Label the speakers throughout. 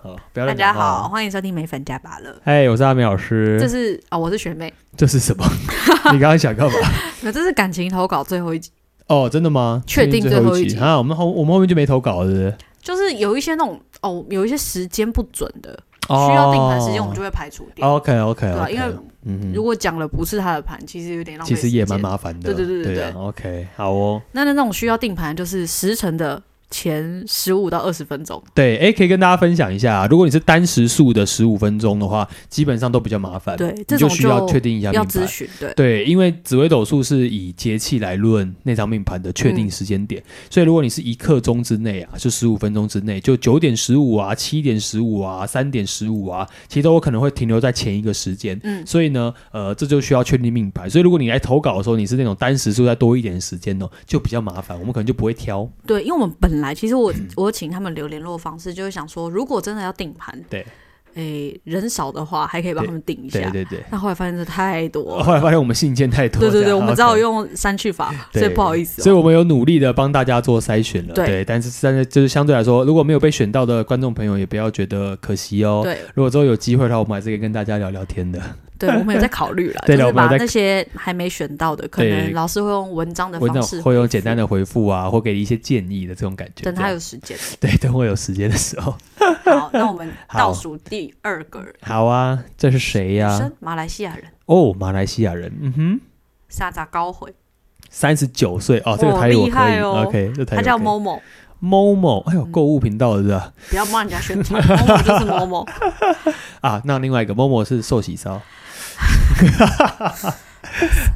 Speaker 1: 好，不要
Speaker 2: 大
Speaker 1: 乱
Speaker 2: 家
Speaker 1: 讲话哦
Speaker 2: 好，。欢迎收听《美粉加芭乐》，
Speaker 1: 嗨，我是阿美老师。
Speaker 2: 这是哦，我是学妹，
Speaker 1: 这是什么？你刚刚想干嘛？
Speaker 2: 没有这是感情投稿最后一集，
Speaker 1: 哦，真的吗？
Speaker 2: 确定
Speaker 1: 最
Speaker 2: 最后
Speaker 1: 一
Speaker 2: 一
Speaker 1: 集
Speaker 2: 集
Speaker 1: 啊？我们后我们后面就没投稿了，是不是？
Speaker 2: 就是有一些那种哦，有一些时间不准的，
Speaker 1: 哦
Speaker 2: 需要定盘时间，我们就会排除掉，
Speaker 1: OK OK
Speaker 2: 对吧、
Speaker 1: OK。
Speaker 2: 因为
Speaker 1: 嗯
Speaker 2: 如
Speaker 1: 哼，
Speaker 2: 果讲了不是他的盘，其实有点浪费
Speaker 1: 其
Speaker 2: 时间。
Speaker 1: 实也蛮麻烦的。
Speaker 2: 对对对嗯
Speaker 1: 对
Speaker 2: 对
Speaker 1: 啊
Speaker 2: 对
Speaker 1: OK，好哦。
Speaker 2: 那那那种需要定盘，就是时辰的前十五到二十分钟，
Speaker 1: 对，哎，可以跟大家分享一下，如果你是单时数的十五分钟的话，基本上都比较麻烦。
Speaker 2: 对，
Speaker 1: 你
Speaker 2: 这种
Speaker 1: 需要确定一下
Speaker 2: 要
Speaker 1: 命盘
Speaker 2: 咨询，对，
Speaker 1: 对，因为紫微斗数是以节气来论那张命盘的确
Speaker 2: 嗯
Speaker 1: 定时间点，所以如果你是一刻钟之内啊，就十五分钟之内，就九点十五啊、七点十五啊、三点十五啊，其实都有可能会停留在前一个时间。
Speaker 2: 嗯
Speaker 1: 所以呢，呃，这就需要确定命盘。所以如果你来投稿的时候，你是那种单时数再多一点的时间哦，就比较麻烦，我们可能就不会挑。
Speaker 2: 对，因为我们本来其实我我请他们留联络方式，就是想说，如果真的要定盘，
Speaker 1: 对，
Speaker 2: 诶，人少的话还可以帮他们定一
Speaker 1: 对
Speaker 2: 下。
Speaker 1: 对对。
Speaker 2: 但后来发现这太多了，
Speaker 1: 后来发现我们信件太多了，
Speaker 2: 对对
Speaker 1: 这
Speaker 2: 对，
Speaker 1: 样
Speaker 2: 我们只
Speaker 1: OK
Speaker 2: 好用删去法，所
Speaker 1: 对
Speaker 2: 以不好意思
Speaker 1: 所
Speaker 2: 哦。
Speaker 1: 以我们有努力的帮大家做筛选了，
Speaker 2: 对
Speaker 1: 但是但是就是相对来说，如果没有被选到的观众朋友，也不要觉得可惜哦。
Speaker 2: 对
Speaker 1: 如果之后有机会的话，我们还是可以跟大家聊聊天的。
Speaker 2: 对，我们有在考虑 了，
Speaker 1: 对
Speaker 2: 就是
Speaker 1: 我们
Speaker 2: 把
Speaker 1: 有在
Speaker 2: 那些还没选到的，可
Speaker 1: 对
Speaker 2: 能老师会用文章的
Speaker 1: 文章
Speaker 2: 方式，
Speaker 1: 会用简单的回复啊，或给你一些建议的这种感觉。
Speaker 2: 等
Speaker 1: 这
Speaker 2: 他
Speaker 1: 样
Speaker 2: 有时间。
Speaker 1: 对， 等我有时间的时候。
Speaker 2: 好，那我们
Speaker 1: 好
Speaker 2: 倒数第二个人，
Speaker 1: 好啊，这是谁呀、
Speaker 2: 女生，马来西亚人，
Speaker 1: 哦，马来西亚人，嗯哼，
Speaker 2: 沙扎高回，
Speaker 1: 三十九岁哦，这个
Speaker 2: 哇
Speaker 1: 台语我
Speaker 2: 厉
Speaker 1: 可以、
Speaker 2: 害哦
Speaker 1: OK，这台语
Speaker 2: 她叫
Speaker 1: OK
Speaker 2: 嗯 Momo，
Speaker 1: 某某，哎呦，购物频道的是吧？
Speaker 2: 不要帮人家宣 传，Momo 就是 Momo，
Speaker 1: 啊，那另外一个某某是寿喜 烧。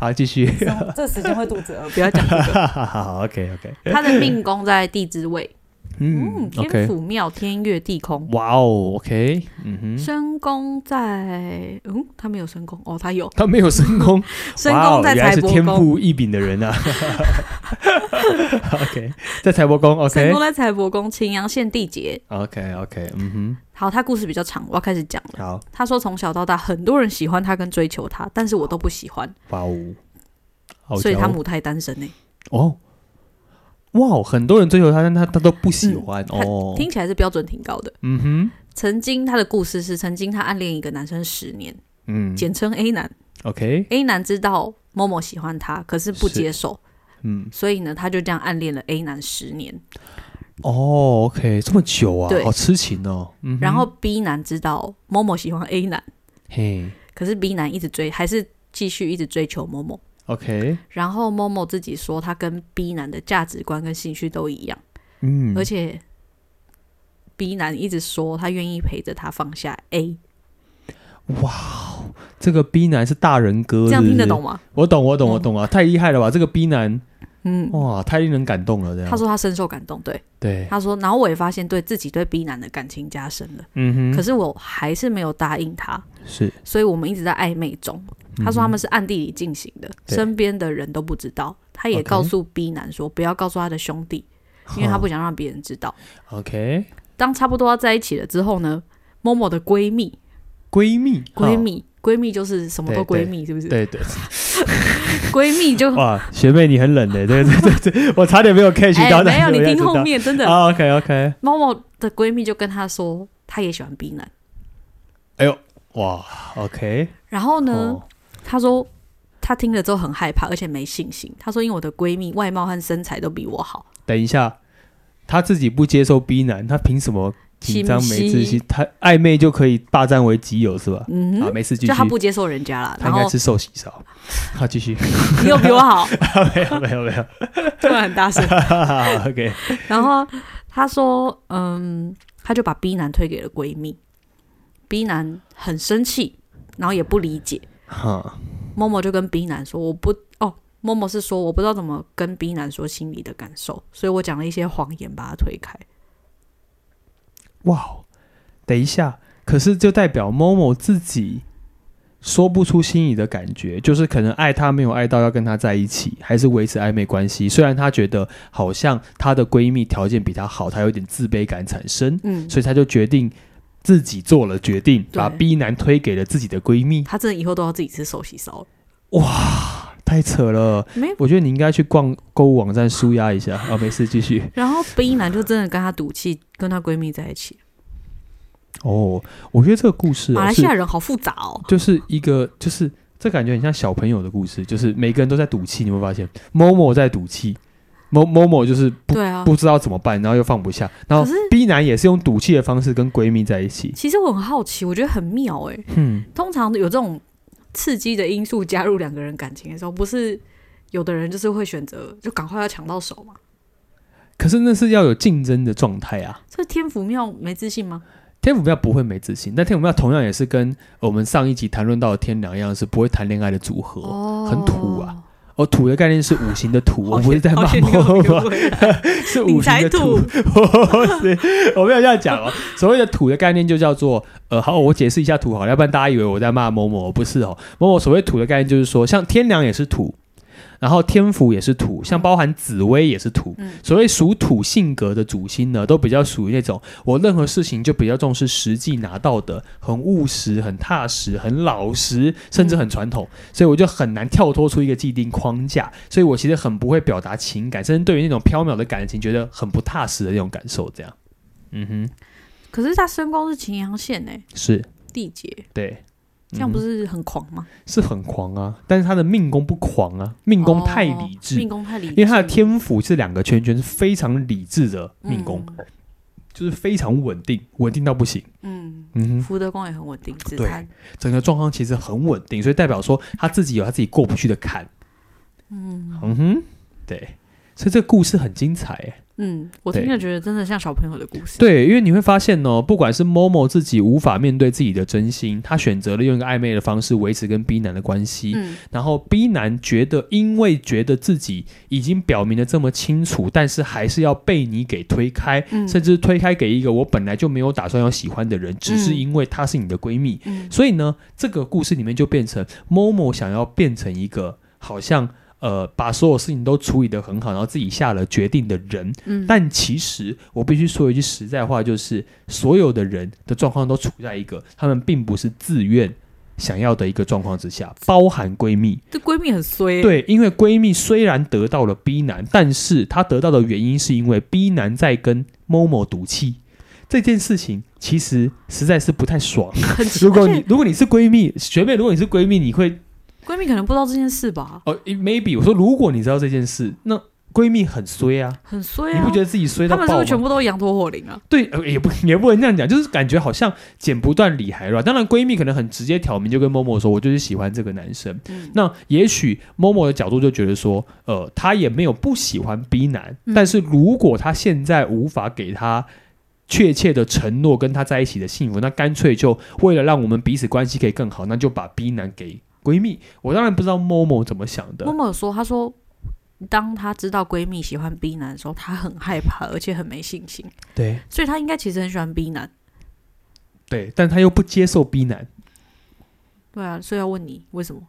Speaker 1: 好，继续。
Speaker 2: 这时间会肚子饿，不 要讲这个。
Speaker 1: 好，OK OK，
Speaker 2: 她的命宫在地支位，嗯，
Speaker 1: 嗯
Speaker 2: 天
Speaker 1: ，OK，
Speaker 2: 府庙天月地空，
Speaker 1: 哇哦，OK，嗯哼，
Speaker 2: 申宫在，嗯，他没有申宫哦，他有
Speaker 1: 他没有申 公，
Speaker 2: 申
Speaker 1: 哇
Speaker 2: 宫
Speaker 1: 哦
Speaker 2: 在
Speaker 1: 原来
Speaker 2: 财
Speaker 1: 是
Speaker 2: 帛
Speaker 1: 天
Speaker 2: 宫，
Speaker 1: 赋异禀的人啊。OK，在财帛宫
Speaker 2: 申
Speaker 1: ，OK
Speaker 2: 宫。在财帛宫，秦阳县地劫。
Speaker 1: OK OK，嗯
Speaker 2: 好，他故事比较长，我要开始讲了。
Speaker 1: 哼，好，
Speaker 2: 他说从小到大，很多人喜欢他跟追求他，但是我都不喜欢，
Speaker 1: 哇哦，好
Speaker 2: 所以他
Speaker 1: 骄傲
Speaker 2: 母胎单身欸呢、
Speaker 1: 哦，哇哦，很多人追求他，但他他都不喜欢
Speaker 2: 嗯他
Speaker 1: 哦。
Speaker 2: 听起来是标准挺高的。
Speaker 1: 嗯哼，
Speaker 2: 曾经他的故事是，曾经他暗恋一个男生十年，
Speaker 1: 嗯
Speaker 2: 简称 A 男。
Speaker 1: ，OK，
Speaker 2: A 男知道某某喜欢他，可是不接受，
Speaker 1: 嗯，
Speaker 2: 所以呢，他就这样暗恋了 A 男十年。
Speaker 1: 哦，OK，这么久啊，
Speaker 2: 对
Speaker 1: 好痴情哦。嗯哼，
Speaker 2: 然后 B 男知道某某喜欢 A 男，
Speaker 1: 嘿
Speaker 2: 可是 B 男一直追，还是继续一直追求某某。
Speaker 1: ，OK，
Speaker 2: 然后某某自己说，他跟 B 男的价值观跟兴趣都一样，
Speaker 1: 嗯
Speaker 2: 而且 B 男一直说他愿意陪着他放下 A，
Speaker 1: 这个 B 男是大人哥，
Speaker 2: 这样
Speaker 1: 是不
Speaker 2: 听得
Speaker 1: 是
Speaker 2: 懂吗？
Speaker 1: 我懂，我懂，
Speaker 2: 嗯
Speaker 1: 我懂啊！太厉害了吧，这个 B 男，
Speaker 2: 嗯，
Speaker 1: 哇，太令人感动了。这样，
Speaker 2: 他说他深受感动，对，
Speaker 1: 哦啊对，
Speaker 2: 他说，然后我也发现对自己对 B 男的感情加深了，
Speaker 1: 嗯
Speaker 2: 可
Speaker 1: 哼，
Speaker 2: 是我还是没有答应他，
Speaker 1: 是嗯
Speaker 2: 所以我们一直在暧昧中。他说他们是暗地里进行的，
Speaker 1: 对
Speaker 2: 身边的人都不知道。他也
Speaker 1: OK 哦
Speaker 2: 告诉 B 男说不要告诉他的兄弟，因为他不想让别人知道。
Speaker 1: 哼 OK
Speaker 2: 当差不多要在一起了之后呢，某某的闺蜜，
Speaker 1: 闺蜜，
Speaker 2: 闺
Speaker 1: 哈，
Speaker 2: 蜜，闺蜜就是什么都
Speaker 1: 哦对
Speaker 2: 闺蜜，是不是？
Speaker 1: 对 对，
Speaker 2: 闺 蜜就
Speaker 1: 哇，学妹你很冷的， 对对对对，我差点没有 catch 到，
Speaker 2: 哎，没有，
Speaker 1: 但是
Speaker 2: 你
Speaker 1: 我也
Speaker 2: 听
Speaker 1: 知道
Speaker 2: 后面真的，
Speaker 1: 啊，OK OK，
Speaker 2: 某某的闺蜜就跟他说，她也喜欢 B 男。
Speaker 1: 哇，OK，
Speaker 2: 然后呢，
Speaker 1: 哦，
Speaker 2: 她说她听了之后很害怕，而且没信心。她说因为我的闺蜜外貌和身材都比我好，
Speaker 1: 等一下，他自己不接受 B 男，他凭什么紧张
Speaker 2: 心
Speaker 1: 没
Speaker 2: 虚
Speaker 1: 自信？他暧昧就可以霸占为己有是吧？啊，
Speaker 2: 嗯，
Speaker 1: 没事，继
Speaker 2: 就
Speaker 1: 续
Speaker 2: 她。不接受人家啦。
Speaker 1: 他
Speaker 2: 然
Speaker 1: 应
Speaker 2: 后
Speaker 1: 该吃寿喜烧，好，继续。
Speaker 2: 你又比 我好，
Speaker 1: 没有没有 没有
Speaker 2: 突然很大 声。
Speaker 1: ，OK，
Speaker 2: 然后她说，嗯，她就把 B 男推给了闺蜜，B 男很生气，然后也不理解。
Speaker 1: 哈，
Speaker 2: 默默就跟 B 男说，我不哦，默默是说我不知道怎么跟 B 男说心里的感受，所以我讲了一些谎言把他推开。
Speaker 1: 哇哦，等一下，可是就代表某某自己说不出心里的感觉，就是可能爱他没有爱到要跟他在一起，还是维持暧昧关系。虽然她觉得好像她的闺蜜条件比她好，她有点自卑感产生，
Speaker 2: 嗯，
Speaker 1: 所以她就决定自己做了决定，
Speaker 2: 对
Speaker 1: 把 B 男推给了自己的闺蜜。
Speaker 2: 他真的以后都要自己吃寿喜烧了。
Speaker 1: 太扯了，
Speaker 2: 没有
Speaker 1: 我觉得你应该去逛购物网站舒压一下哦啊、没事，继续。
Speaker 2: 然后 B 男就真的跟她赌气，跟她闺蜜在一起。
Speaker 1: 哦，我觉得这个故事、
Speaker 2: 马
Speaker 1: 啊、
Speaker 2: 来西
Speaker 1: 是
Speaker 2: 亚人好复杂哦。
Speaker 1: 就是一个，就是这感觉很像小朋友的故事，就是每个人都在赌气，你会发现某某在赌气，某某某就是不
Speaker 2: 对啊，
Speaker 1: 不知道怎么办，然后又放不下，然后
Speaker 2: 可是
Speaker 1: B 男也是用赌气的方式跟闺蜜在一起，
Speaker 2: 其实我很好奇，我觉得很妙哎、
Speaker 1: 嗯，
Speaker 2: 通常有这种刺激的因素加入两个人感情的时候，不是有的人就是会选择就赶快要抢到手嘛？
Speaker 1: 可是那是要有竞争的状态啊。
Speaker 2: 这天府庙没自信吗？
Speaker 1: 天府庙不会没自信，但天府庙同样也是跟我们上一集谈论到的天良一样，是不会谈恋爱的组合。
Speaker 2: 哦
Speaker 1: 很土啊，哦，土的概念是五行的土，我
Speaker 2: 好
Speaker 1: 不是
Speaker 2: 险
Speaker 1: 在
Speaker 2: 哦好
Speaker 1: 骂
Speaker 2: 险你有
Speaker 1: 某某
Speaker 2: 留，回来
Speaker 1: 是
Speaker 2: 你
Speaker 1: 五行
Speaker 2: 才
Speaker 1: 的土
Speaker 2: 土。，
Speaker 1: 不是， 我没有这样讲哦。所谓的土的概念就叫做，呃，好，我解释一下土好了，要不然大家以为我在骂某某，不是哦。某某所谓土的概念就是说，像天梁也是土，然后天府也是土，像包含紫薇也是土。
Speaker 2: 嗯
Speaker 1: 所谓属土性格的主星呢，都比较属于那种我任何事情就比较重视实际拿到的，很务实、很踏实、很老实，甚至很传统。所以我就很难跳脱出一个既定框架，所以我其实很不会表达情感，甚至对于那种缥缈的感情，觉得很不踏实的那种感受。这样，嗯哼，
Speaker 2: 可是他身宫是秦阳县哎、
Speaker 1: 是
Speaker 2: 地劫，
Speaker 1: 对，
Speaker 2: 这样不
Speaker 1: 嗯
Speaker 2: 是很狂吗？
Speaker 1: 哼是很狂啊，但是他的命宫不狂啊，命宫太
Speaker 2: 哦
Speaker 1: 理智，
Speaker 2: 命宫太理智，
Speaker 1: 因为他的天府是两个圈圈，是非常理智的命宫，
Speaker 2: 嗯
Speaker 1: 就是非常稳定，稳定到不行。
Speaker 2: 嗯，
Speaker 1: 嗯哼。
Speaker 2: 福德宫也很稳定，只
Speaker 1: 对
Speaker 2: 差
Speaker 1: 整个状况其实很稳定，所以代表说他自己有他自己过不去的坎。嗯哼，对，所以这个故事很精彩耶。
Speaker 2: 嗯，我
Speaker 1: 对
Speaker 2: 听着觉得真的像小朋友的故事，
Speaker 1: 对，因为你会发现哦，不管是 Momo 自己无法面对自己的真心，他选择了用一个暧昧的方式维持跟 B 男的关系，
Speaker 2: 嗯，
Speaker 1: 然后 B 男觉得因为觉得自己已经表明的这么清楚，但是还是要被你给推开，
Speaker 2: 嗯
Speaker 1: 甚至推开给一个我本来就没有打算要喜欢的人，只是
Speaker 2: 嗯
Speaker 1: 因为她是你的闺蜜，
Speaker 2: 嗯
Speaker 1: 所以呢，这个故事里面就变成 Momo 想要变成一个好像呃把所有事情都处理得很好，然后自己下了决定的人。
Speaker 2: 嗯
Speaker 1: 但其实我必须说一句实在话，就是所有的人的状况都处在一个他们并不是自愿想要的一个状况之下，包含闺蜜。
Speaker 2: 这闺蜜很衰、欸，，
Speaker 1: 对，因为闺蜜虽然得到了 B 男，但是她得到的原因是因为 B 男在跟 Momo 赌气。这件事情其实实在是不太 爽。
Speaker 2: 很奇
Speaker 1: 如果
Speaker 2: 而且
Speaker 1: 你如果你是闺蜜学妹，如果你是闺蜜，你会
Speaker 2: 闺蜜可能不知道这件事吧，
Speaker 1: 哦诶，maybe 我说如果你知道这件事，那闺蜜很衰啊，
Speaker 2: 很衰
Speaker 1: 你
Speaker 2: 啊，
Speaker 1: 不觉得自己衰
Speaker 2: 他
Speaker 1: 到
Speaker 2: 们是不
Speaker 1: 爆
Speaker 2: 是全
Speaker 1: 吗？
Speaker 2: 部都羊驼火灵啊？
Speaker 1: 对，呃也不 也不能这样讲，就是感觉好像剪不断理还乱。当然，闺蜜可能很直接挑明，就跟 Momo 说，我就是喜欢这个男生。
Speaker 2: 嗯，
Speaker 1: 那也许 Momo 的角度就觉得说，呃，他也没有不喜欢 B 男，
Speaker 2: 嗯
Speaker 1: 但是如果他现在无法给他确切的承诺跟他在一起的幸福，那干脆就为了让我们彼此关系可以更好，那就把 B 男给闺蜜。我当然不知道 Momo 怎么想
Speaker 2: 默
Speaker 1: 的，
Speaker 2: 默有说，她说，当她知道闺蜜喜欢 B 男的时候，她很害怕，而且很没信心，
Speaker 1: 对
Speaker 2: 所以她应该其实很喜欢 B 男。
Speaker 1: 对，但他又不接受 B 男。
Speaker 2: 对啊，所以要问你为什么？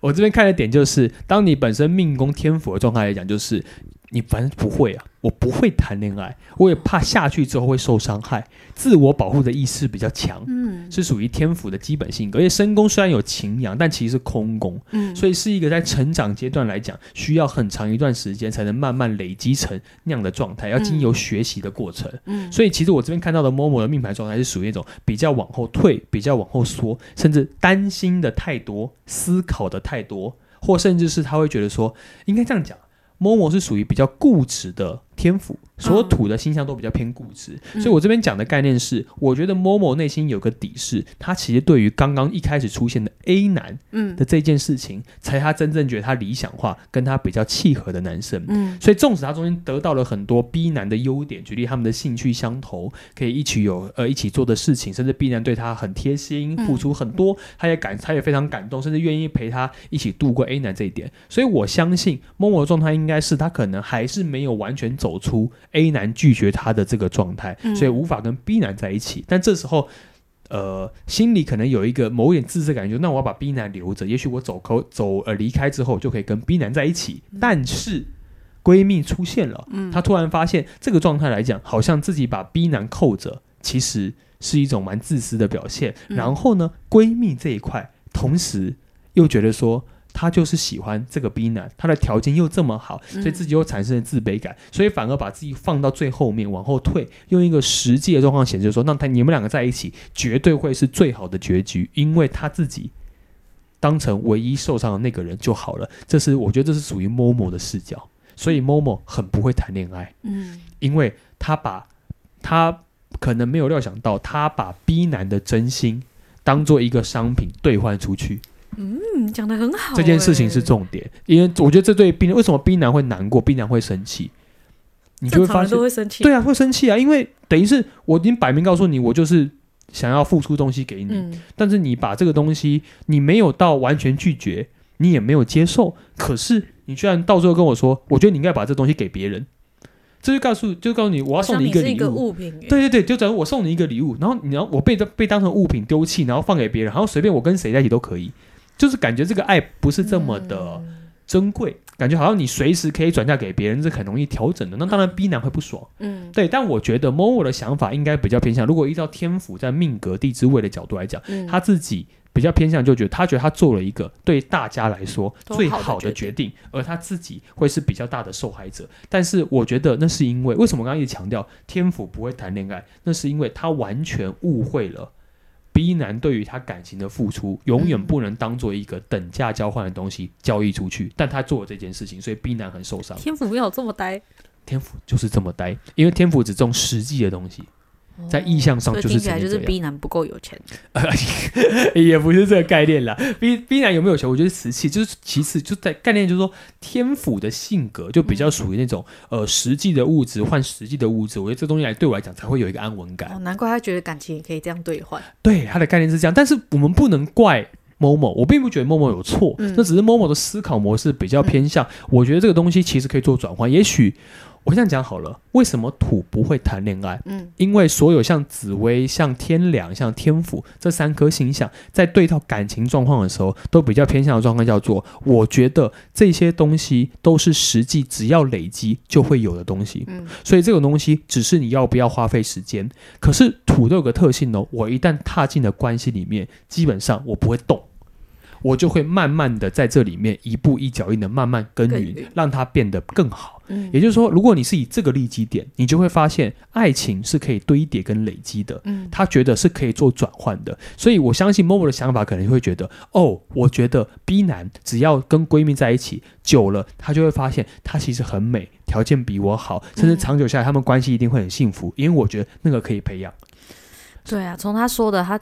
Speaker 1: 我这边看的点就是，当你本身命宫天府的状态来讲，就是你反正不会啊，我不会谈恋爱，我也怕下去之后会受伤害，自我保护的意识比较强。
Speaker 2: 嗯
Speaker 1: 是属于天府的基本性格，而且申宫虽然有擎羊，但其实是空宫，
Speaker 2: 嗯
Speaker 1: 所以是一个在成长阶段来讲，需要很长一段时间才能慢慢累积成那样的状态，要经由学习的过程。
Speaker 2: 嗯
Speaker 1: 所以其实我这边看到的 Momo 的命盘状态是属于那种比较往后退、比较往后缩，甚至担心的太多、思考的太多，或甚至是他会觉得说，应该这样讲。Momo 是属于比较固执的天赋，所有
Speaker 2: 嗯
Speaker 1: 土的星象都比较偏固执，
Speaker 2: 嗯
Speaker 1: 所以我这边讲的概念是，我觉得 Momo 内心有个底是，他其实对于刚刚一开始出现的 A 男
Speaker 2: 嗯
Speaker 1: 的这件事情，才他真正觉得他理想化，跟他比较契合的男生。
Speaker 2: 嗯
Speaker 1: 所以，纵使他中间得到了很多 B 男的优点，举例他们的兴趣相投，可以一起有呃一起做的事情，甚至 B 男对他很贴心，
Speaker 2: 嗯
Speaker 1: 付出很多，他也感他也非常感动，甚至愿意陪他一起度过 A 男这一点。所以我相信 Momo 的状态应该是他可能还是没有完全走出 A 男拒绝他的这个状态，
Speaker 2: 嗯
Speaker 1: 所以无法跟 B 男在一起。但这时候。呃，心里可能有一个某一点自责感觉，就那我要把 B 男留着，也许我走口走呃离开之后，就可以跟 B 男在一起。但是闺蜜出现了，
Speaker 2: 嗯
Speaker 1: 她突然发现这个状态来讲，好像自己把 B 男扣着，其实是一种蛮自私的表现。
Speaker 2: 嗯
Speaker 1: 然后呢，闺蜜这一块，同时又觉得说。他就是喜欢这个 B 男，他的条件又这么好，所以自己又产生了自卑感，所以反而把自己放到最后面，往后退，用一个实际的状况显示说，那他你们两个在一起绝对会是最好的结局，因为他自己当成唯一受伤的那个人就好了。这是我觉得这是属于 Momo 的视角，所以 Momo 很不会谈恋爱，
Speaker 2: 嗯
Speaker 1: 因为他把他可能没有料想到，他把 B 男的真心当做一个商品兑换出去。
Speaker 2: 嗯，讲的很好、欸
Speaker 1: 这件事情是，重点，因为我觉得这对 B 男为什么 B 男会难过，B 男会生气，你就会
Speaker 2: 正常
Speaker 1: 发
Speaker 2: 人
Speaker 1: 现
Speaker 2: 都，会生气。
Speaker 1: 对啊，会生气啊，因为等于是我已经摆明告诉你，我就是想要付出东西给你，
Speaker 2: 嗯
Speaker 1: 但是你把这个东西，你没有到完全拒绝，你也没有接受，可是你居然到最后跟我说，我觉得你应该把这东西给别人，这就告诉，就告诉你，我要
Speaker 2: 好
Speaker 1: 送
Speaker 2: 像你
Speaker 1: 一个
Speaker 2: 是一
Speaker 1: 礼
Speaker 2: 个
Speaker 1: 物。
Speaker 2: 物品、欸，
Speaker 1: 对对对，就假如我送你一个礼物，然后你要我被被当成物品丢弃，然后放给别人，然后随便我跟谁在一起都可以，就是感觉这个爱不是这么
Speaker 2: 嗯
Speaker 1: 的珍贵，感觉好像你随时可以转嫁给别人，是很容易调整的。那当然 B 男会不爽，
Speaker 2: 嗯，
Speaker 1: 对，但我觉得 Momo 的想法应该比较偏向，如果依照天府在命格地之位的角度来讲，
Speaker 2: 嗯
Speaker 1: 他自己。比较偏向就觉得，他觉得他做了一个对大家来说
Speaker 2: 都
Speaker 1: 最
Speaker 2: 好的
Speaker 1: 好的
Speaker 2: 决
Speaker 1: 决定，而他自己会是比较大的受害者。但是我觉得那是因为为什么我刚刚一直强调天府不会谈恋爱，那是因为他完全误会了 B 男对于他感情的付出，永远
Speaker 2: 嗯
Speaker 1: 不能当做一个等价交换的东西交易出去。但他做了这件事情，所以 B 男很受伤。
Speaker 2: 天府没有这么呆，
Speaker 1: 天府就是这么呆，因为天府只重实际的东西，在意向上
Speaker 2: 哦所以
Speaker 1: 就是
Speaker 2: 听起
Speaker 1: 只
Speaker 2: 来
Speaker 1: 能
Speaker 2: 就是
Speaker 1: 这啊样。
Speaker 2: B 男不够有钱，
Speaker 1: 也不是这个概念啦。B B 男有没有球，我觉得瓷器就是其次就在概念，就是说天府的性格就比较属于那种、呃实际的物质换实际的物质，我觉得这东西来对我来讲才会有一个安稳感。
Speaker 2: 哦，难怪他觉得感情也可以这样兑换。
Speaker 1: 对，他的概念是这样，但是我们不能怪。某某，我并不觉得某某有错，
Speaker 2: 嗯
Speaker 1: 那只是某某的思考模式比较偏向。我觉得这个东西其实可以做转换。也许我这样讲好了，为什么土不会谈恋爱？
Speaker 2: 嗯
Speaker 1: 因为所有像紫薇、像天梁、像天府这三颗星象，在对到感情状况的时候，都比较偏向的状况叫做，我觉得这些东西都是实际只要累积就会有的东西，
Speaker 2: 嗯
Speaker 1: 所以这种东西只是你要不要花费时间。可是土都有个特性哦，我一旦踏进了关系里面，基本上我不会动。我就会慢慢的在这里面一步一脚印的慢慢耕
Speaker 2: 耕
Speaker 1: 耘
Speaker 2: 耘，
Speaker 1: 让它变得更好。
Speaker 2: 嗯
Speaker 1: 也就是说，如果你是以这个利基点，你就会发现爱情是可以堆叠跟累积的。
Speaker 2: 嗯
Speaker 1: 他觉得是可以做转换的，所以我相信 Momo 的想法可能会觉得，哦，我觉得 B 男只要跟闺蜜在一起久了，他就会发现她其实很美，条件比我好，甚至
Speaker 2: 嗯
Speaker 1: 长久下来他们关系一定会很幸福，因为我觉得那个可以培养。
Speaker 2: 对啊，从他说的他。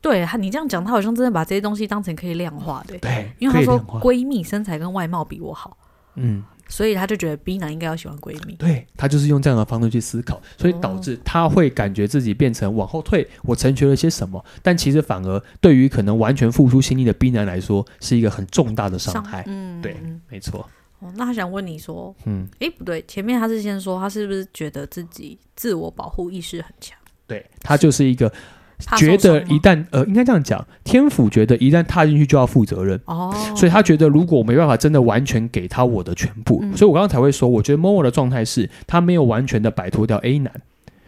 Speaker 2: 对他，你这样讲，他好像真的把这些东西当成可以量化的欸、
Speaker 1: 对，
Speaker 2: 因为
Speaker 1: 可
Speaker 2: 他
Speaker 1: 以
Speaker 2: 说
Speaker 1: 量化，
Speaker 2: 闺蜜身材跟外貌比我好，
Speaker 1: 嗯，
Speaker 2: 所以他就觉得 B 男应该要喜欢闺蜜。
Speaker 1: 对他就是用这样的方式去思考，所以导
Speaker 2: 哦
Speaker 1: 致他会感觉自己变成往后退，我成全了些什么，但其实反而对于可能完全付出心力的 B 男来说，是一个很重大的伤害。
Speaker 2: 嗯，
Speaker 1: 对
Speaker 2: 嗯
Speaker 1: 没错，
Speaker 2: 哦，那他想问你说，
Speaker 1: 嗯，
Speaker 2: 诶，不对，前面他是先说他是不是觉得自己自我保护意识很强，
Speaker 1: 对他就是一个
Speaker 2: 怕
Speaker 1: 觉
Speaker 2: 受伤
Speaker 1: 得
Speaker 2: 吗
Speaker 1: 一旦呃，应该这样讲，天府觉得一旦踏进去就要负责任。
Speaker 2: 哦，
Speaker 1: 所以他觉得，如果我没办法真的完全给他我的全部，
Speaker 2: 嗯
Speaker 1: 所以我刚刚才会说，我觉得 Momo 的状态是他没有完全的摆脱掉 A 男，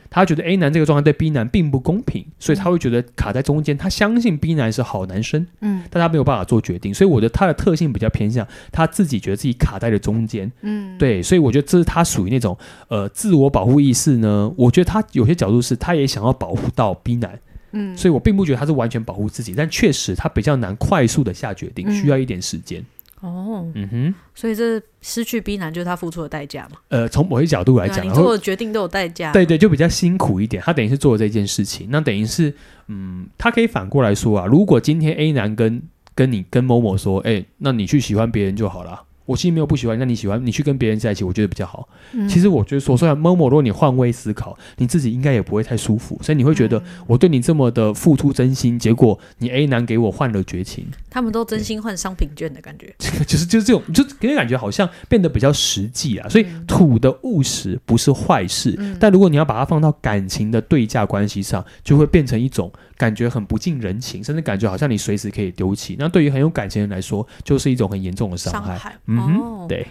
Speaker 1: 他觉得 A 男这个状态对 B 男并不公平，所以他会觉得卡在中间。他相信 B 男是好男生，
Speaker 2: 嗯
Speaker 1: 但他没有办法做决定，所以我觉得他的特性比较偏向他自己觉得自己卡在了中间。
Speaker 2: 嗯，
Speaker 1: 对，所以我觉得这是他属于那种呃自我保护意识呢。我觉得他有些角度是他也想要保护到 B 男。
Speaker 2: 嗯，
Speaker 1: 所以我并不觉得他是完全保护自己，但确实他比较难快速的下决定，
Speaker 2: 嗯
Speaker 1: 需要一点时间。
Speaker 2: 哦，
Speaker 1: 嗯哼，
Speaker 2: 所以这失去 B 男就是他付出的代价嘛？
Speaker 1: 呃，从某些角度来
Speaker 2: 对啊
Speaker 1: 讲，
Speaker 2: 你
Speaker 1: 然
Speaker 2: 做
Speaker 1: 后
Speaker 2: 的决定都有代价。
Speaker 1: 对对，就比较辛苦一点。他等于是做了这件事情，那等于是嗯，他可以反过来说啊，如果今天 A 男跟跟你跟某某说，哎、那你去喜欢别人就好了。我其实没有不喜欢你，那你喜欢你去跟别人在一起，我觉得比较好。
Speaker 2: 嗯，
Speaker 1: 其实我觉得说，虽然 Momo，如果你换位思考，你自己应该也不会太舒服，所以你会觉得
Speaker 2: 嗯
Speaker 1: 我对你这么的付出真心，结果你 A 男给我换了绝情，
Speaker 2: 他们都真心换商品券的感觉。
Speaker 1: 就是就是这种，就给人感觉好像变得比较实际啊。所以
Speaker 2: 嗯
Speaker 1: 土的务实不是坏事，
Speaker 2: 嗯
Speaker 1: 但如果你要把它放到感情的对价关系上，就会变成一种感觉很不近人情，甚至感觉好像你随时可以丢弃。那对于很有感情的人来说，就是一种很严重的伤害。
Speaker 2: 害，
Speaker 1: 嗯
Speaker 2: 哦
Speaker 1: 哼，，。对，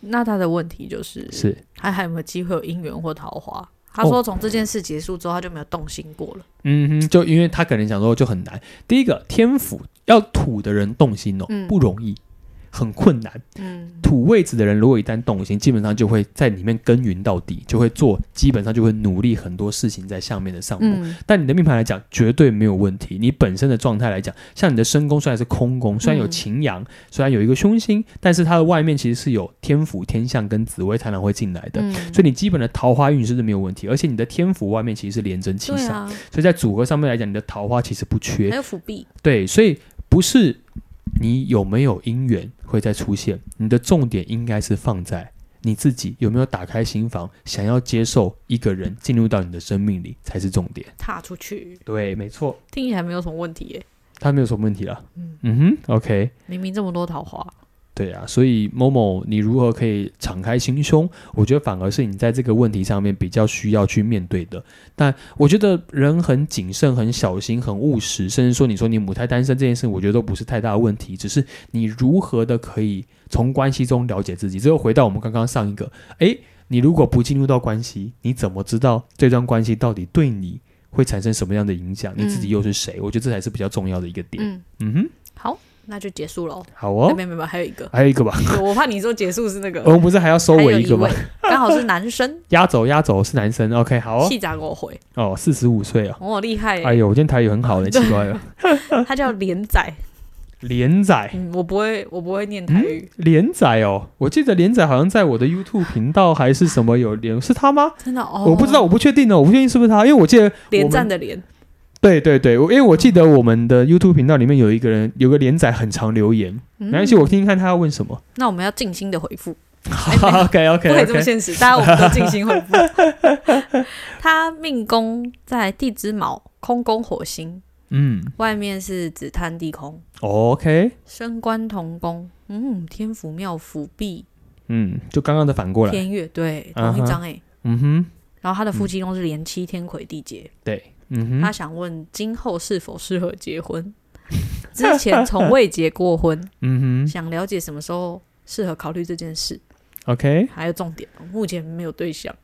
Speaker 2: 那他的问题就是，
Speaker 1: 是
Speaker 2: 他还有没有机会有姻缘或桃花？他
Speaker 1: 哦
Speaker 2: 说从这件事结束之后，他就没有动心过了。
Speaker 1: 嗯哼，就因为他可能想说就很难。第一个天府要土的人动心哦，
Speaker 2: 嗯
Speaker 1: 不容易，很困难。
Speaker 2: 嗯
Speaker 1: 土位置的人如果一旦动心，基本上就会在里面耕耘到底，就会做，基本上就会努力很多事情在上面的上面。
Speaker 2: 嗯
Speaker 1: 但你的命盘来讲，绝对没有问题。你本身的状态来讲，像你的身宫虽然是空宫，虽然有擎
Speaker 2: 嗯
Speaker 1: 羊，虽然有一个凶星，但是它的外面其实是有天府、天象跟紫微才能会进来的。
Speaker 2: 嗯，
Speaker 1: 所以你基本的桃花运势是没有问题，而且你的天府外面其实是连贞七
Speaker 2: 对
Speaker 1: 煞，
Speaker 2: 啊，
Speaker 1: 所以在组合上面来讲，你的桃花其实不缺
Speaker 2: 还。有伏笔。
Speaker 1: 对，所以不是你有没有姻缘会再出现，你的重点应该是放在你自己有没有打开心房，想要接受一个人进入到你的生命里才是重点。
Speaker 2: 踏出去，
Speaker 1: 对，没错。
Speaker 2: 听起来没有什么问题耶。
Speaker 1: 他没有什么问题啦。
Speaker 2: 嗯
Speaker 1: 嗯哼，OK，
Speaker 2: 明明这么多桃花，
Speaker 1: 对啊，所以某某，你如何可以敞开心胸？我觉得反而是你在这个问题上面比较需要去面对的。但我觉得人很谨慎、很小心、很务实，甚至说你说你母胎单身这件事，我觉得都不是太大的问题，只是你如何的可以从关系中了解自己。这又回到我们刚刚上一个，诶，你如果不进入到关系，你怎么知道这段关系到底对你会产生什么样的影响？你自己
Speaker 2: 嗯
Speaker 1: 又是谁？我觉得这才是比较重要的一个点。
Speaker 2: 嗯，
Speaker 1: 嗯哼。
Speaker 2: 好，那就结束喽。
Speaker 1: 好
Speaker 2: 哎
Speaker 1: 哦，
Speaker 2: 没没没，还有一个，
Speaker 1: 还有一个吧，
Speaker 2: 我怕你说结束是那 个
Speaker 1: 哦我，们不是还要收
Speaker 2: 还有
Speaker 1: 尾一
Speaker 2: 一
Speaker 1: 个吗
Speaker 2: 位？，刚好是男生，
Speaker 1: 压轴压轴是男生，OK，好哦，
Speaker 2: 细杂给我回，
Speaker 1: 哦，四十五岁哦，
Speaker 2: 哦，厉害耶，
Speaker 1: 哎呦，我今天台语很好 嘞，奇怪了，
Speaker 2: 他叫连仔，
Speaker 1: 连仔
Speaker 2: 嗯，我不会，我不会念台语，
Speaker 1: 连仔哦，我记得连仔好像在我的 YouTube 频道还是什么有连，是他吗？
Speaker 2: 真的哦，
Speaker 1: 我不知道，我不确定哦，我不确定是不是他，因为我记得
Speaker 2: 连
Speaker 1: 我
Speaker 2: 战
Speaker 1: 们
Speaker 2: 的连，
Speaker 1: 对对对，
Speaker 2: 嗯
Speaker 1: 我因为我记得我们的 YouTube 频道里面有一个人有个连仔很常留言，
Speaker 2: 没
Speaker 1: 没关系，我听听看他要问什么。
Speaker 2: 嗯那我们要静心的回复，哎
Speaker 1: OK
Speaker 2: 不
Speaker 1: OK
Speaker 2: 可以这么
Speaker 1: OK，
Speaker 2: 现实，大家我们都静心回复。 他命宫在地支卯，空宫火星，
Speaker 1: 嗯
Speaker 2: 外面是紫贪地空，
Speaker 1: ，OK，
Speaker 2: 升官同宫，嗯，天府庙伏壁，
Speaker 1: 嗯，就刚刚的反过来，
Speaker 2: 天月对，
Speaker 1: 嗯哼
Speaker 2: 同一张哎、
Speaker 1: 嗯哼，
Speaker 2: 然后他的夫妻宫是连七天魁地劫，
Speaker 1: 对，嗯
Speaker 2: 他
Speaker 1: 哼，
Speaker 2: 想问今后是否适合结婚， 之前从未结过婚，
Speaker 1: 嗯哼
Speaker 2: 想了解什么时候适合考虑这件事。
Speaker 1: ，OK。
Speaker 2: 还有重点，目前没有对象。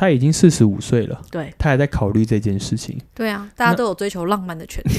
Speaker 1: 他已经四十五岁了，
Speaker 2: 对
Speaker 1: 他还在考虑这件事情。
Speaker 2: 对啊，大家都有追求浪漫的权利。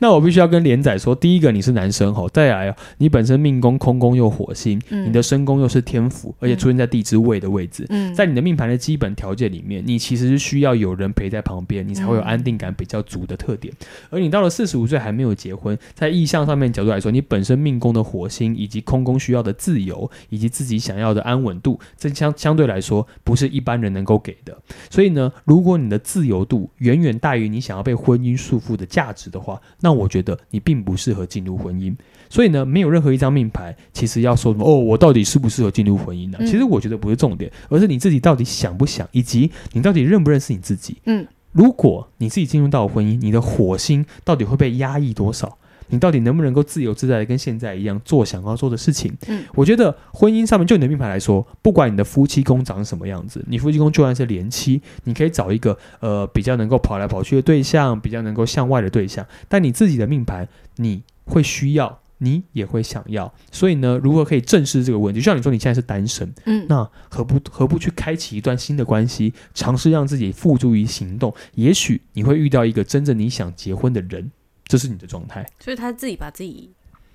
Speaker 1: 那我必须要跟连仔说，第一个你是男生吼，再来哦，你本身命宫空宫又火星，
Speaker 2: 嗯
Speaker 1: 你的身宫又是天府，而且出现在地支位的位置。
Speaker 2: 嗯，
Speaker 1: 在你的命盘的基本条件里面，你其实是需要有人陪在旁边，你才会有
Speaker 2: 嗯
Speaker 1: 安定感比较足的特点。而你到了四十五岁还没有结婚，在意向上面角度来说，你本身命宫的火星以及空宫需要的自由，以及自己想要的安稳度，这相相对来说不是一般人能够给的。所以呢，如果你的自由度远远大于你想要被婚姻束缚的价值的话，那我觉得你并不适合进入婚姻。所以呢，没有任何一张命牌其实要说什么哦，我到底适不适合进入婚姻呢、
Speaker 2: 嗯
Speaker 1: 其实我觉得不是重点，而是你自己到底想不想，以及你到底认不认识你自己。
Speaker 2: 嗯，
Speaker 1: 如果你自己进入到婚姻，你的火星到底会被压抑多少？你到底能不能够自由自在的跟现在一样做想要做的事情？
Speaker 2: 嗯，
Speaker 1: 我觉得婚姻上面就你的命牌来说，不管你的夫妻宫长什么样子，你夫妻宫就算是连妻，你可以找一个呃比较能够跑来跑去的对象，比较能够向外的对象，但你自己的命盘你会需要，你也会想要，所以呢，如何可以正视这个问题？就像你说你现在是单身，
Speaker 2: 嗯
Speaker 1: 那何不何不去开启一段新的关系，尝试让自己付诸于行动？也许你会遇到一个真正你想结婚的人，这是你的状态。
Speaker 2: 所以他自己把自己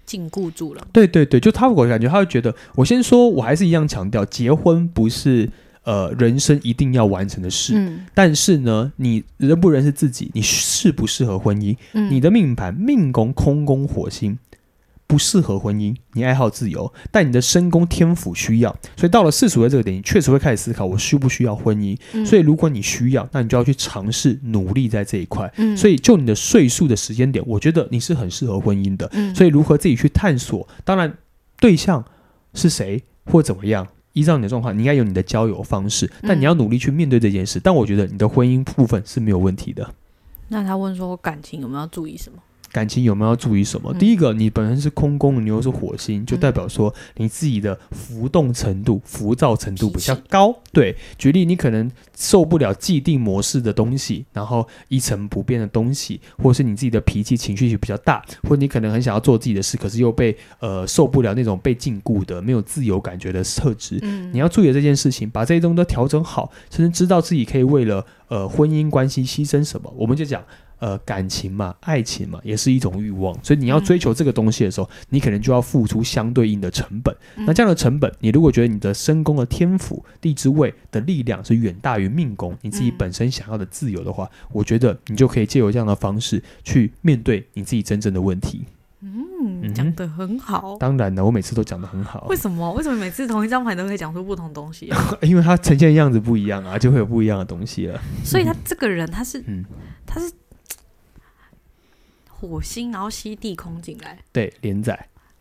Speaker 2: 禁锢住了。
Speaker 1: 对对对，就他我感觉他会觉得，我先说，我还是一样强调，结婚不是呃人生一定要完成的事。
Speaker 2: 嗯
Speaker 1: 但是呢，你认不认识自己，你适不适合婚姻，
Speaker 2: 嗯
Speaker 1: 你的命盘命宫空宫火星不适合婚姻，你爱好自由，但你的身宫天府需要，所以到了四十岁这个点，你确实会开始思考我需不需要婚姻。
Speaker 2: 嗯
Speaker 1: 所以如果你需要，那你就要去尝试努力在这一块。
Speaker 2: 嗯
Speaker 1: 所以就你的岁数的时间点，我觉得你是很适合婚姻的。
Speaker 2: 嗯
Speaker 1: 所以如何自己去探索，当然对象是谁或怎么样。依照你的状况，你应该有你的交友方式，但
Speaker 2: 嗯
Speaker 1: 你要努力去面对这件事。但我觉得你的婚姻部分是没有问题的。
Speaker 2: 那他问说感情有没有要注意什么？
Speaker 1: 感情有没有要注意什么？
Speaker 2: 嗯
Speaker 1: 第一个，你本身是空宫，你又是火星，就
Speaker 2: 嗯
Speaker 1: 代表说你自己的浮动程度、浮躁程度比较
Speaker 2: 脾气
Speaker 1: 高。对，举例，你可能受不了既定模式的东西，然后一成不变的东西，或是你自己的脾气、情绪比较大，或你可能很想要做自己的事，可是又被呃受不了那种被禁锢的、没有自由感觉的特质。
Speaker 2: 嗯
Speaker 1: 你要注意的这件事情，把这些东西都调整好，甚至知道自己可以为了呃婚姻关系牺牲什么。我们就讲呃感情嘛，爱情嘛，也是一种欲望，所以你要
Speaker 2: 嗯
Speaker 1: 追求这个东西的时候，你可能就要付出相对应的成本。
Speaker 2: 嗯
Speaker 1: 那这样的成本，你如果觉得你的身宫的天赋、地之位的力量是远大于命宫，你自己
Speaker 2: 嗯
Speaker 1: 本身想要的自由的话，我觉得你就可以借由这样的方式去面对你自己真正的问题。嗯哼
Speaker 2: 嗯，讲的很好。
Speaker 1: 当然了，我每次都讲得很好
Speaker 2: 为，什么？为什么每次同一张牌都可以讲出不同东西啊、
Speaker 1: 因为它呈现的样子不一样啊，就会有不一样的东西了。
Speaker 2: 所以他这个人，他是、
Speaker 1: 嗯
Speaker 2: 他是火星，然后吸地空进来，
Speaker 1: 对，连载。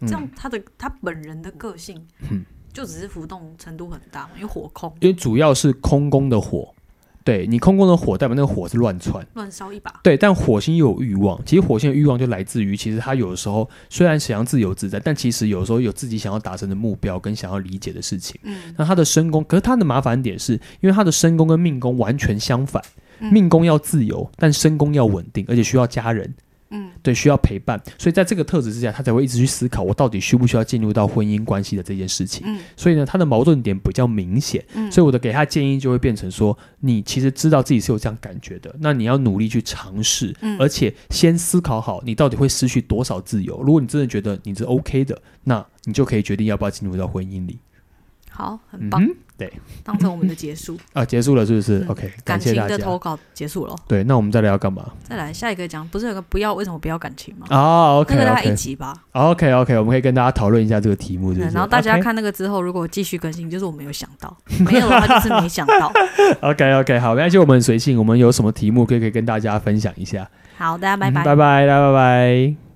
Speaker 1: 嗯
Speaker 2: 这样他的他本人的个性
Speaker 1: 嗯，
Speaker 2: 就只是浮动程度很大嘛，因为火空
Speaker 1: 因为主要是空宫的火，对你空宫的火代表那个火是乱窜，
Speaker 2: 乱烧一把，
Speaker 1: 对，但火星又有欲望，其实火星的欲望就来自于，其实他有的时候虽然想要自由自在，但其实有时候有自己想要达成的目标跟想要理解的事情。
Speaker 2: 嗯，
Speaker 1: 那他的身宫，可是他的麻烦点是因为他的身宫跟命宫完全相反，
Speaker 2: 嗯
Speaker 1: 命宫要自由，但身宫要稳定，而且需要家人。
Speaker 2: 嗯，
Speaker 1: 对，需要陪伴，所以在这个特质之下，他才会一直去思考我到底需不需要进入到婚姻关系的这件事情。
Speaker 2: 嗯
Speaker 1: 所以呢，他的矛盾点比较明显。
Speaker 2: 嗯
Speaker 1: 所以我的给他建议就会变成说，你其实知道自己是有这样感觉的，那你要努力去尝试，
Speaker 2: 嗯
Speaker 1: 而且先思考好你到底会失去多少自由。如果你真的觉得你是 OK 的，那你就可以决定要不要进入到婚姻里。
Speaker 2: 好，很
Speaker 1: 嗯
Speaker 2: 棒，
Speaker 1: 哼，
Speaker 2: 当成我们的结束。
Speaker 1: 啊，结束了是不是、
Speaker 2: 嗯
Speaker 1: o k
Speaker 2: 感
Speaker 1: 感谢
Speaker 2: 情
Speaker 1: 大
Speaker 2: 的投
Speaker 1: 家。
Speaker 2: 稿结束了，
Speaker 1: 对，那我们再来要干嘛？
Speaker 2: 再来下一个讲，不是有个不要为什么不要感情吗？
Speaker 1: 啊，OK
Speaker 2: 那个大概一
Speaker 1: OK
Speaker 2: 集吧，
Speaker 1: OK OK，我们可以跟大家讨论一下这个题目，是不
Speaker 2: 嗯
Speaker 1: 是？
Speaker 2: 然后大家
Speaker 1: OK
Speaker 2: 看那个之后，如果继续更新，就是我没有想到，没有的话就是没 想到。
Speaker 1: OK OK，好，没关系，我们很随性，我们有什么题目可以可以跟大家分享一下。
Speaker 2: 好，大家拜拜
Speaker 1: 嗯。拜拜，大家拜拜。